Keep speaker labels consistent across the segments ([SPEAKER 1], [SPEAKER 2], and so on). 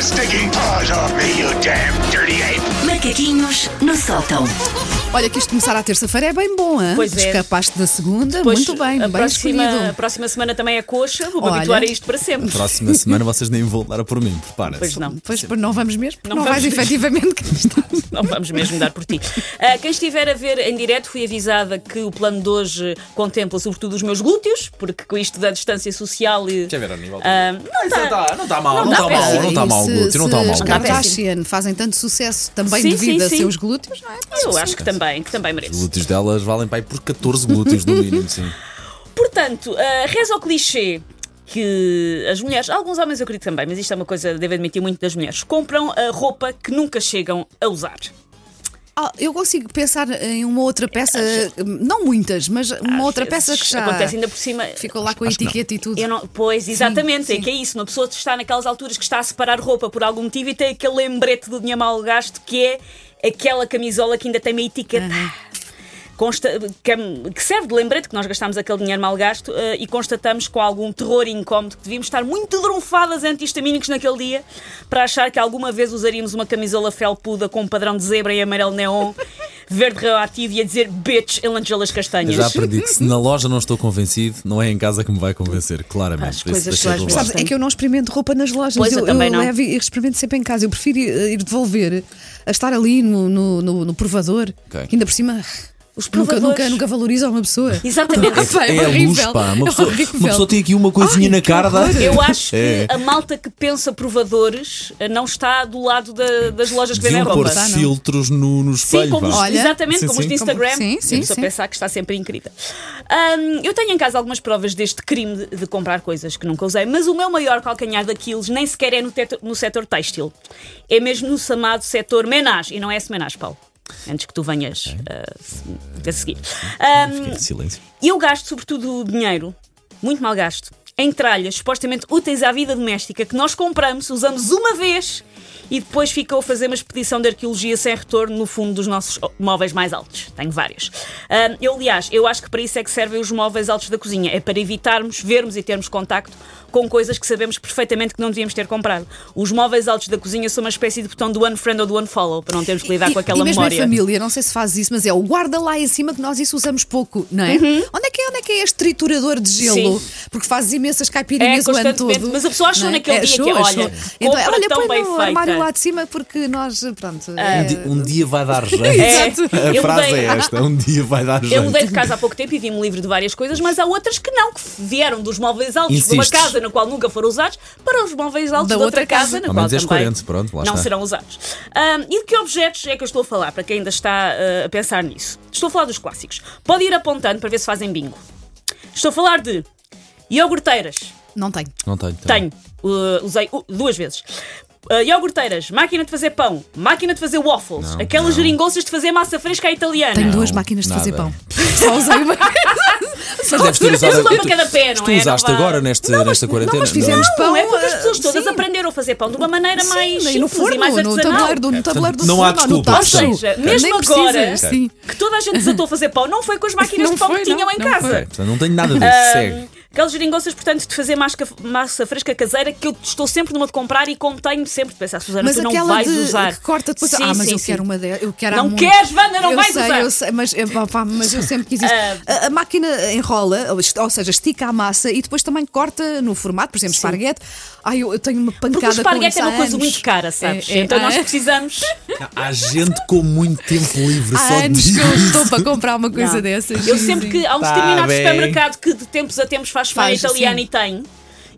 [SPEAKER 1] sticking paws off me, you damn dirty ape!
[SPEAKER 2] Macaquinhos no sótão.
[SPEAKER 3] Olha, que isto começar à terça-feira é bem bom, hã?
[SPEAKER 4] Pois é.
[SPEAKER 3] Escapaste da segunda,
[SPEAKER 4] Pois,
[SPEAKER 3] muito bem,
[SPEAKER 4] a
[SPEAKER 3] bem
[SPEAKER 4] próxima, a
[SPEAKER 3] escolhido.
[SPEAKER 4] próxima semana também é coxa, vou-me
[SPEAKER 3] Olha.
[SPEAKER 4] habituar a isto para sempre.
[SPEAKER 5] Próxima semana vocês nem vão dar por mim, prepara-se.
[SPEAKER 4] Pois não,
[SPEAKER 3] Pois pois, não vamos mesmo, não,
[SPEAKER 4] Não
[SPEAKER 3] vais
[SPEAKER 4] vamos mesmo.
[SPEAKER 3] efetivamente que estás.
[SPEAKER 4] não vamos mesmo dar por ti. Ah, quem estiver a ver em direto, fui avisada que o plano de hoje contempla sobretudo os meus glúteos, porque com isto da distância social e.
[SPEAKER 5] Deixa eu ver ao nível do-
[SPEAKER 4] Ah, não tá
[SPEAKER 5] Isso tá-
[SPEAKER 4] está.
[SPEAKER 5] não está mal, não
[SPEAKER 4] dá
[SPEAKER 5] está
[SPEAKER 4] para
[SPEAKER 5] mal,
[SPEAKER 4] ser.
[SPEAKER 5] não está mal o
[SPEAKER 3] Se-
[SPEAKER 5] glúteo, não está mal.
[SPEAKER 3] tá Se os
[SPEAKER 5] o
[SPEAKER 4] Não tá dá para
[SPEAKER 5] glúteo.
[SPEAKER 4] ser.
[SPEAKER 3] Kardashian fazem tanto sucesso também
[SPEAKER 4] Sim,
[SPEAKER 3] devido
[SPEAKER 4] sim,
[SPEAKER 3] a
[SPEAKER 4] sim.
[SPEAKER 3] seus glúteos, não é?
[SPEAKER 4] Eu acho que também, que também
[SPEAKER 5] Os
[SPEAKER 4] mereço.
[SPEAKER 5] glúteos delas valem para aí por 14 glúteos no mínimo, sim.
[SPEAKER 4] Portanto, ah, reza o clichê que as mulheres, alguns homens eu acredito também, mas isto é uma coisa, devo admitir, muito das mulheres, compram a roupa que nunca chegam a usar.
[SPEAKER 3] Ah, eu consigo pensar em uma outra peça, não muitas, mas uma
[SPEAKER 4] Às
[SPEAKER 3] outra
[SPEAKER 4] vezes
[SPEAKER 3] peça que já
[SPEAKER 4] Acontece ainda por cima.
[SPEAKER 3] ficou lá com a
[SPEAKER 5] Acho que não.
[SPEAKER 3] etiqueta e tudo.
[SPEAKER 4] Eu não- pois, exatamente, é
[SPEAKER 3] sim.
[SPEAKER 4] que é isso. Uma pessoa está naquelas alturas que está a separar roupa por algum motivo e tem aquele lembrete do dinheiro mal gasto que é aquela camisola que ainda tem uma etiqueta. Consta- que, que serve de lembrete que nós gastámos aquele dinheiro mal gasto eh, e constatamos com algum terror incómodo que devíamos estar muito dronfadas anti-histamínicos naquele dia para achar que alguma vez usaríamos uma camisola felpuda com um padrão de zebra e amarelo neon, verde radioativo e a dizer bitch, elangelas
[SPEAKER 5] Eu
[SPEAKER 4] castanhas.
[SPEAKER 5] já aprendi que se na loja não estou convencido, não é em casa que me vai convencer, claramente.
[SPEAKER 4] As coisas
[SPEAKER 5] deixei
[SPEAKER 4] que
[SPEAKER 5] de
[SPEAKER 4] às
[SPEAKER 5] lado.
[SPEAKER 3] Sabes, é que eu não experimento roupa nas lojas.
[SPEAKER 4] Pois, eu também não.
[SPEAKER 3] levo e experimento sempre em casa. Eu prefiro ir, ir devolver a estar ali no, no, no- no provador.
[SPEAKER 5] Ok.
[SPEAKER 3] Que ainda por cima.
[SPEAKER 4] Os
[SPEAKER 3] Nunca,
[SPEAKER 4] provadores. Ah,
[SPEAKER 3] nunca, nunca valoriza uma pessoa.
[SPEAKER 4] Exatamente.
[SPEAKER 3] É pá,
[SPEAKER 5] é a luz,
[SPEAKER 3] horrível.
[SPEAKER 5] pá. Uma
[SPEAKER 3] É
[SPEAKER 5] pessoa,
[SPEAKER 3] horrível.
[SPEAKER 5] uma pessoa tem aqui uma coisinha
[SPEAKER 3] Ai,
[SPEAKER 5] na
[SPEAKER 3] que
[SPEAKER 5] cara. dá-
[SPEAKER 3] horror.
[SPEAKER 4] Eu acho que
[SPEAKER 5] É.
[SPEAKER 4] a malta que pensa provadores eh, não está do lado da- das lojas que vendem
[SPEAKER 5] Deviam pôr
[SPEAKER 4] roupa.
[SPEAKER 3] Tá, não.
[SPEAKER 5] filtros no, no
[SPEAKER 4] é? Sim,
[SPEAKER 5] espelho.
[SPEAKER 4] como os,
[SPEAKER 5] vá.
[SPEAKER 3] Olha.
[SPEAKER 4] exatamente,
[SPEAKER 5] um Sim,
[SPEAKER 4] como os
[SPEAKER 5] sim.
[SPEAKER 4] de Instagram.
[SPEAKER 3] Sim, sim,
[SPEAKER 4] a pessoa
[SPEAKER 3] sim.
[SPEAKER 4] pensar que está sempre incrível. Hum, eu tenho em casa algumas provas deste crime de, de comprar coisas que nunca usei, mas o meu maior calcanhar daqueles nem sequer é no, teto- no setor têxtil. É mesmo no chamado setor menage. E não é esse menage, Paulo. Antes que tu venhas ah, se- a seguir. Hum,
[SPEAKER 5] Fiquei de silêncio.
[SPEAKER 4] eu gasto sobretudo o dinheiro, muito mal gasto, em tralhas supostamente úteis à vida doméstica que nós compramos, usamos uma vez e depois fica a fazer uma expedição de arqueologia sem retorno no fundo dos nossos móveis mais altos. Tenho vários. Ahm, eu, aliás, eu acho que para isso é que servem os móveis altos da cozinha. É para evitarmos, vermos e termos contacto com coisas que sabemos perfeitamente que não devíamos ter comprado. Os móveis altos da cozinha são uma espécie de botão do unfriend ou do unfollow, para não termos que lidar
[SPEAKER 3] E-
[SPEAKER 4] com aquela
[SPEAKER 3] e mesmo
[SPEAKER 4] memória.
[SPEAKER 3] em família, não sei se fazes isso, mas é o guarda lá em cima que nós isso usamos pouco, não é?
[SPEAKER 4] Uhum.
[SPEAKER 3] Onde, é que é onde é que é este triturador de gelo? Porque fazes imensas caipirinhas
[SPEAKER 4] É,
[SPEAKER 3] o ano
[SPEAKER 4] constantemente,
[SPEAKER 3] todo.
[SPEAKER 4] mas a pessoa achou
[SPEAKER 3] não é?
[SPEAKER 4] naquele dia que, olha,
[SPEAKER 3] Então,
[SPEAKER 4] compra
[SPEAKER 3] olha,
[SPEAKER 4] tão
[SPEAKER 3] põe
[SPEAKER 4] bem
[SPEAKER 3] no
[SPEAKER 4] feita. Ah.
[SPEAKER 3] armário lá de cima porque nós, pronto. é-
[SPEAKER 5] Um, di- um dia vai dar jeito.
[SPEAKER 4] É,
[SPEAKER 3] Exato.
[SPEAKER 5] A
[SPEAKER 4] eu
[SPEAKER 5] frase
[SPEAKER 4] mudei-
[SPEAKER 5] é esta: um dia vai dar jeito.
[SPEAKER 4] Eu mudei de casa há pouco tempo e vi-me livre de várias coisas, mas há outras que não, que vieram dos móveis altos de uma
[SPEAKER 5] Insistes.
[SPEAKER 4] casa na qual nunca foram usados para os móveis altos
[SPEAKER 3] Da
[SPEAKER 4] de outra,
[SPEAKER 3] outra casa.
[SPEAKER 4] casa, na qual
[SPEAKER 5] Ao menos és
[SPEAKER 4] também
[SPEAKER 5] coerente, pronto, lá
[SPEAKER 4] não
[SPEAKER 5] está.
[SPEAKER 4] serão usados. Ahm, e de que objetos é que eu estou a falar, para quem ainda está ah, a pensar nisso? Estou a falar dos clássicos. Pode ir apontando para ver se fazem bingo. Estou a falar de iogurteiras.
[SPEAKER 3] Não tenho.
[SPEAKER 5] Não tenho. tá
[SPEAKER 4] Tenho. Uh, usei uh, duas vezes. Uh, iogurteiras, máquina de fazer pão, máquina de fazer waffles,
[SPEAKER 5] Não,
[SPEAKER 4] aquelas
[SPEAKER 5] não.
[SPEAKER 4] geringonças de fazer massa fresca à italiana.
[SPEAKER 3] Tenho
[SPEAKER 5] Não,
[SPEAKER 3] duas máquinas de fazer
[SPEAKER 5] nada.
[SPEAKER 3] pão. Só usei uma.
[SPEAKER 5] Mas deves ter usado.
[SPEAKER 4] uma
[SPEAKER 5] tu-
[SPEAKER 4] para cada pé, não
[SPEAKER 5] tu
[SPEAKER 4] é?
[SPEAKER 5] usaste
[SPEAKER 4] Não vá-
[SPEAKER 5] agora nesta, nesta quarentena.
[SPEAKER 3] não, mas fizemos pão. eh,
[SPEAKER 4] Não, é porque as pessoas todas
[SPEAKER 3] sim.
[SPEAKER 4] aprenderam a fazer pão de uma maneira mais
[SPEAKER 3] Sim,
[SPEAKER 4] simples
[SPEAKER 3] no forno,
[SPEAKER 4] e mais
[SPEAKER 3] no
[SPEAKER 4] artesanal.
[SPEAKER 3] tabuleiro do, no tabuleiro do
[SPEAKER 5] É, não
[SPEAKER 3] forno,
[SPEAKER 5] há
[SPEAKER 3] ou no
[SPEAKER 5] desculpa,
[SPEAKER 3] tacho.
[SPEAKER 4] Ou seja, mesmo
[SPEAKER 3] Nem
[SPEAKER 4] agora
[SPEAKER 3] Precisa, sim.
[SPEAKER 4] que toda a gente desatou a fazer pão, não foi com as máquinas
[SPEAKER 3] Não
[SPEAKER 4] de pão
[SPEAKER 3] foi,
[SPEAKER 4] que tinham
[SPEAKER 3] não,
[SPEAKER 4] em
[SPEAKER 3] não
[SPEAKER 4] casa.
[SPEAKER 3] foi.
[SPEAKER 5] Ok, portanto, não tenho nada a ver.
[SPEAKER 4] Ahm,
[SPEAKER 5] segue.
[SPEAKER 4] aquelas geringonças, portanto, de fazer masca- massa fresca caseira que eu estou sempre numa de comprar e contenho sempre de pensar, Susana,
[SPEAKER 3] Mas
[SPEAKER 4] tu não
[SPEAKER 3] aquela
[SPEAKER 4] vais
[SPEAKER 3] de,
[SPEAKER 4] usar.
[SPEAKER 3] que corta depois.
[SPEAKER 4] Sim,
[SPEAKER 3] ah, mas
[SPEAKER 4] sim,
[SPEAKER 3] eu
[SPEAKER 4] sim.
[SPEAKER 3] quero uma delas. Eu quero há
[SPEAKER 4] Não
[SPEAKER 3] muito.
[SPEAKER 4] queres, Wanda, não
[SPEAKER 3] eu
[SPEAKER 4] vais
[SPEAKER 3] sei,
[SPEAKER 4] usar. Ah.
[SPEAKER 3] Eu sei, mas, eh, pá, pá, mas eu sempre quis isso. A, a máquina enrola, ou, est- ou seja, estica a massa e depois também corta no formato, por exemplo, esparguete. Ai, eu, eu tenho uma pancada
[SPEAKER 4] Porque o
[SPEAKER 3] com isso
[SPEAKER 4] esparguete é
[SPEAKER 3] há
[SPEAKER 4] uma coisa
[SPEAKER 3] anos.
[SPEAKER 4] muito cara, sabes?
[SPEAKER 3] É, é,
[SPEAKER 4] então
[SPEAKER 3] há
[SPEAKER 4] nós
[SPEAKER 3] an-
[SPEAKER 4] precisamos.
[SPEAKER 5] Há gente com muito tempo livre,
[SPEAKER 3] Há
[SPEAKER 4] Ah,
[SPEAKER 5] só
[SPEAKER 3] anos que
[SPEAKER 5] digo
[SPEAKER 3] eu
[SPEAKER 5] isso.
[SPEAKER 3] estou para comprar uma coisa
[SPEAKER 4] Não.
[SPEAKER 3] dessas.
[SPEAKER 4] Eu
[SPEAKER 3] Sim,
[SPEAKER 4] sempre
[SPEAKER 3] sim.
[SPEAKER 4] que há um
[SPEAKER 5] Tá
[SPEAKER 4] determinado
[SPEAKER 5] bem.
[SPEAKER 4] supermercado que de tempos a tempos faz feira
[SPEAKER 3] Faz,
[SPEAKER 4] italiana
[SPEAKER 3] sim.
[SPEAKER 4] e tem.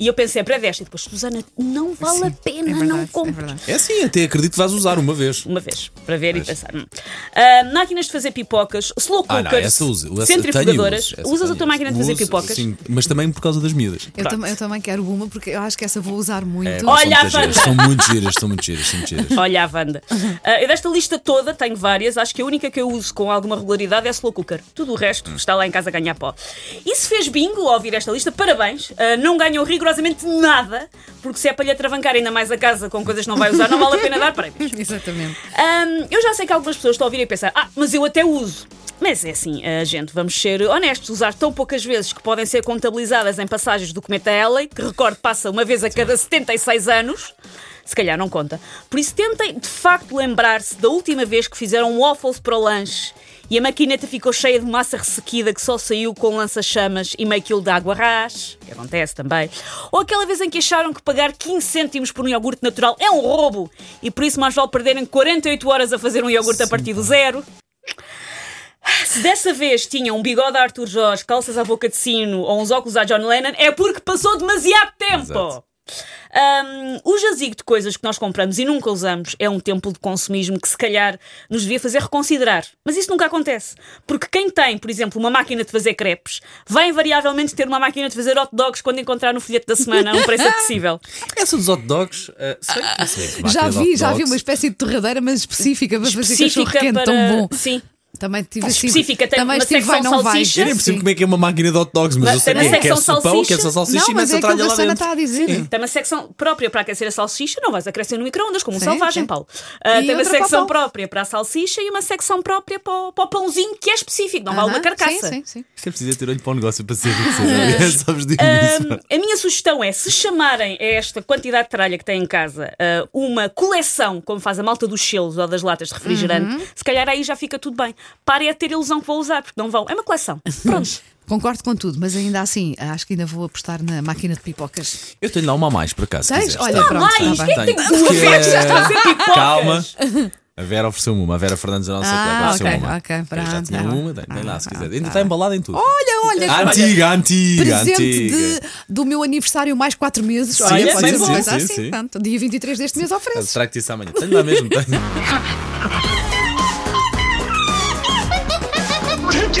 [SPEAKER 4] E eu pensei, para desta, e depois, Susana, não vale a pena,
[SPEAKER 3] É verdade,
[SPEAKER 4] não
[SPEAKER 3] é
[SPEAKER 4] compres.
[SPEAKER 3] verdade.
[SPEAKER 5] É assim, até acredito que vais usar uma vez.
[SPEAKER 4] uma vez, para ver e pensar. Hum. Ah, máquinas de fazer pipocas, slow
[SPEAKER 5] Ah,
[SPEAKER 4] cookers,
[SPEAKER 5] não, essa usa. essa
[SPEAKER 4] centrifugadoras.
[SPEAKER 5] tenho uso, essa
[SPEAKER 4] Usas a
[SPEAKER 5] tenho
[SPEAKER 4] tua máquina de
[SPEAKER 5] uso.
[SPEAKER 4] fazer
[SPEAKER 5] Uso,
[SPEAKER 4] pipocas?
[SPEAKER 5] Sim, mas também por causa das miúdas.
[SPEAKER 3] Eu, tam- eu também quero uma porque eu acho que essa vou usar muito.
[SPEAKER 5] É,
[SPEAKER 4] Olha a
[SPEAKER 5] são muitas giras,
[SPEAKER 4] Wanda.
[SPEAKER 5] São muito giras, são muito giras, são muito giras.
[SPEAKER 4] Olha a Wanda. Ah, eu desta lista toda tenho várias, acho que a única que eu uso com alguma regularidade é a slow cooker. Tudo o
[SPEAKER 5] Hum.
[SPEAKER 4] resto está lá em casa a ganhar pó. E se fez bingo ao ouvir esta lista, parabéns. Ah, não ganham rigorosamente nada, porque se é para lhe atravancar ainda mais a casa com coisas que não vai usar, não vale a pena dar prémios.
[SPEAKER 3] Exatamente.
[SPEAKER 4] Hum, eu já sei que algumas pessoas estão a ouvir e a pensar, ah, mas eu até uso. Mas é assim, a gente, vamos ser honestos, usar tão poucas vezes que podem ser contabilizadas em passagens do cometa Halley, que recorde passa uma vez a cada 76 anos, se calhar não conta. Por isso tentem de facto lembrar-se da última vez que fizeram waffles para o lanche e a maquineta ficou cheia de massa ressequida que só saiu com lança-chamas e meio quilo de água ras, que acontece também. Ou aquela vez em que acharam que pagar 15 cêntimos por um iogurte natural é um roubo e por isso mais vale perderem 48 horas a fazer um iogurte a partir do zero. Se dessa vez tinham um bigode a Arthur Jorge, calças à boca de sino ou uns óculos a John Lennon, é porque passou demasiado tempo!
[SPEAKER 5] Exato.
[SPEAKER 4] Hum, o jazigo de coisas que nós compramos e nunca usamos é um templo de consumismo que se calhar nos devia fazer reconsiderar. Mas isso nunca acontece. Porque quem tem, por exemplo, uma máquina de fazer crepes, vai invariavelmente ter uma máquina de fazer hot dogs quando encontrar no folheto da semana a um preço acessível.
[SPEAKER 5] Essa dos hot dogs, ah, sei, não sei que
[SPEAKER 3] eh, Já
[SPEAKER 5] máquina de
[SPEAKER 3] vi,
[SPEAKER 5] hot
[SPEAKER 3] já vi
[SPEAKER 5] dogs.
[SPEAKER 3] uma espécie de torradeira, mas específica para fazer cachorro
[SPEAKER 4] Específica
[SPEAKER 3] quente
[SPEAKER 4] para.
[SPEAKER 3] tão bom.
[SPEAKER 4] Sim.
[SPEAKER 3] Também tive assim.
[SPEAKER 4] Tá Específica, tem
[SPEAKER 3] também
[SPEAKER 4] uma
[SPEAKER 3] estive vai,
[SPEAKER 4] secção
[SPEAKER 3] não vai.
[SPEAKER 4] salsicha.
[SPEAKER 5] Eu nem percebo como é que é uma máquina de hot dogs, mas
[SPEAKER 4] Mas
[SPEAKER 5] eu sei
[SPEAKER 4] tem
[SPEAKER 5] que
[SPEAKER 4] uma
[SPEAKER 5] é que é
[SPEAKER 4] secção
[SPEAKER 5] pão, que é só
[SPEAKER 4] salsicha.
[SPEAKER 5] salsicha
[SPEAKER 3] Não,
[SPEAKER 5] e
[SPEAKER 3] mas
[SPEAKER 5] mete
[SPEAKER 3] é aquilo
[SPEAKER 5] a
[SPEAKER 3] que
[SPEAKER 5] tralha
[SPEAKER 3] a
[SPEAKER 5] lá
[SPEAKER 3] Sana
[SPEAKER 5] dentro.
[SPEAKER 3] está a dizer.
[SPEAKER 4] Tem uma secção própria para aquecer a salsicha, não vais aquecer no micro-ondas como um
[SPEAKER 3] Sim,
[SPEAKER 4] selvagem,
[SPEAKER 3] sim.
[SPEAKER 4] Paulo. Ah,
[SPEAKER 3] E
[SPEAKER 4] tem uma
[SPEAKER 3] outra para
[SPEAKER 4] secção
[SPEAKER 3] o pão.
[SPEAKER 4] própria para a salsicha e uma secção própria para o, para o pãozinho, que é específico, não vale
[SPEAKER 3] Aham,
[SPEAKER 4] uma carcaça.
[SPEAKER 3] Sim, sim, sim.
[SPEAKER 5] Isto é preciso ter olho para o negócio para ser é rico. Sabes digo
[SPEAKER 4] Hum,
[SPEAKER 5] isso.
[SPEAKER 4] a minha sugestão é, se chamarem a esta quantidade de tralha que têm em casa ah, uma coleção, como faz a malta dos selos ou das latas de refrigerante,
[SPEAKER 3] Uhum.
[SPEAKER 4] se calhar aí já fica tudo bem. Parem a ter ilusão que vou usar, porque não vão. É uma coleção. Pronto.
[SPEAKER 3] Concordo com tudo, mas ainda assim, acho que ainda vou apostar na máquina de pipocas.
[SPEAKER 5] Eu tenho lá uma a mais, por acaso. se
[SPEAKER 3] Tens?
[SPEAKER 5] quiseres.
[SPEAKER 3] Olha,
[SPEAKER 5] Tenho.
[SPEAKER 3] pronto.
[SPEAKER 4] Ai,
[SPEAKER 3] tá
[SPEAKER 4] quem é
[SPEAKER 3] bem.
[SPEAKER 4] tem duas
[SPEAKER 5] Porque- é
[SPEAKER 4] vezes já está a fazer pipocas?
[SPEAKER 5] Calma. A Vera ofereceu-me uma. A Vera Fernandes, a nossa
[SPEAKER 3] Ah,
[SPEAKER 5] colega, ofereceu-me
[SPEAKER 3] ok,
[SPEAKER 5] é uma.
[SPEAKER 3] ok,
[SPEAKER 5] Eu Já
[SPEAKER 3] pronto,
[SPEAKER 5] tinha
[SPEAKER 3] tá bem.
[SPEAKER 5] uma, tem, tem lá, se
[SPEAKER 3] Ah,
[SPEAKER 5] quiser.
[SPEAKER 3] tá
[SPEAKER 5] Ainda está embalada em tudo.
[SPEAKER 3] Olha, olha, olha.
[SPEAKER 5] Antiga, antiga,
[SPEAKER 3] Presente
[SPEAKER 5] antiga.
[SPEAKER 3] de- do meu aniversário mais 4 meses.
[SPEAKER 5] Sim,
[SPEAKER 3] Olha,
[SPEAKER 4] sim,
[SPEAKER 3] pode ser
[SPEAKER 4] sim,
[SPEAKER 3] uma coisa
[SPEAKER 5] sim,
[SPEAKER 3] assim.
[SPEAKER 5] sim.
[SPEAKER 3] Tanto, dia 23 deste mês oferece.
[SPEAKER 5] Trago-te isso amanhã. Tenho lá mesmo, tenho.
[SPEAKER 1] Take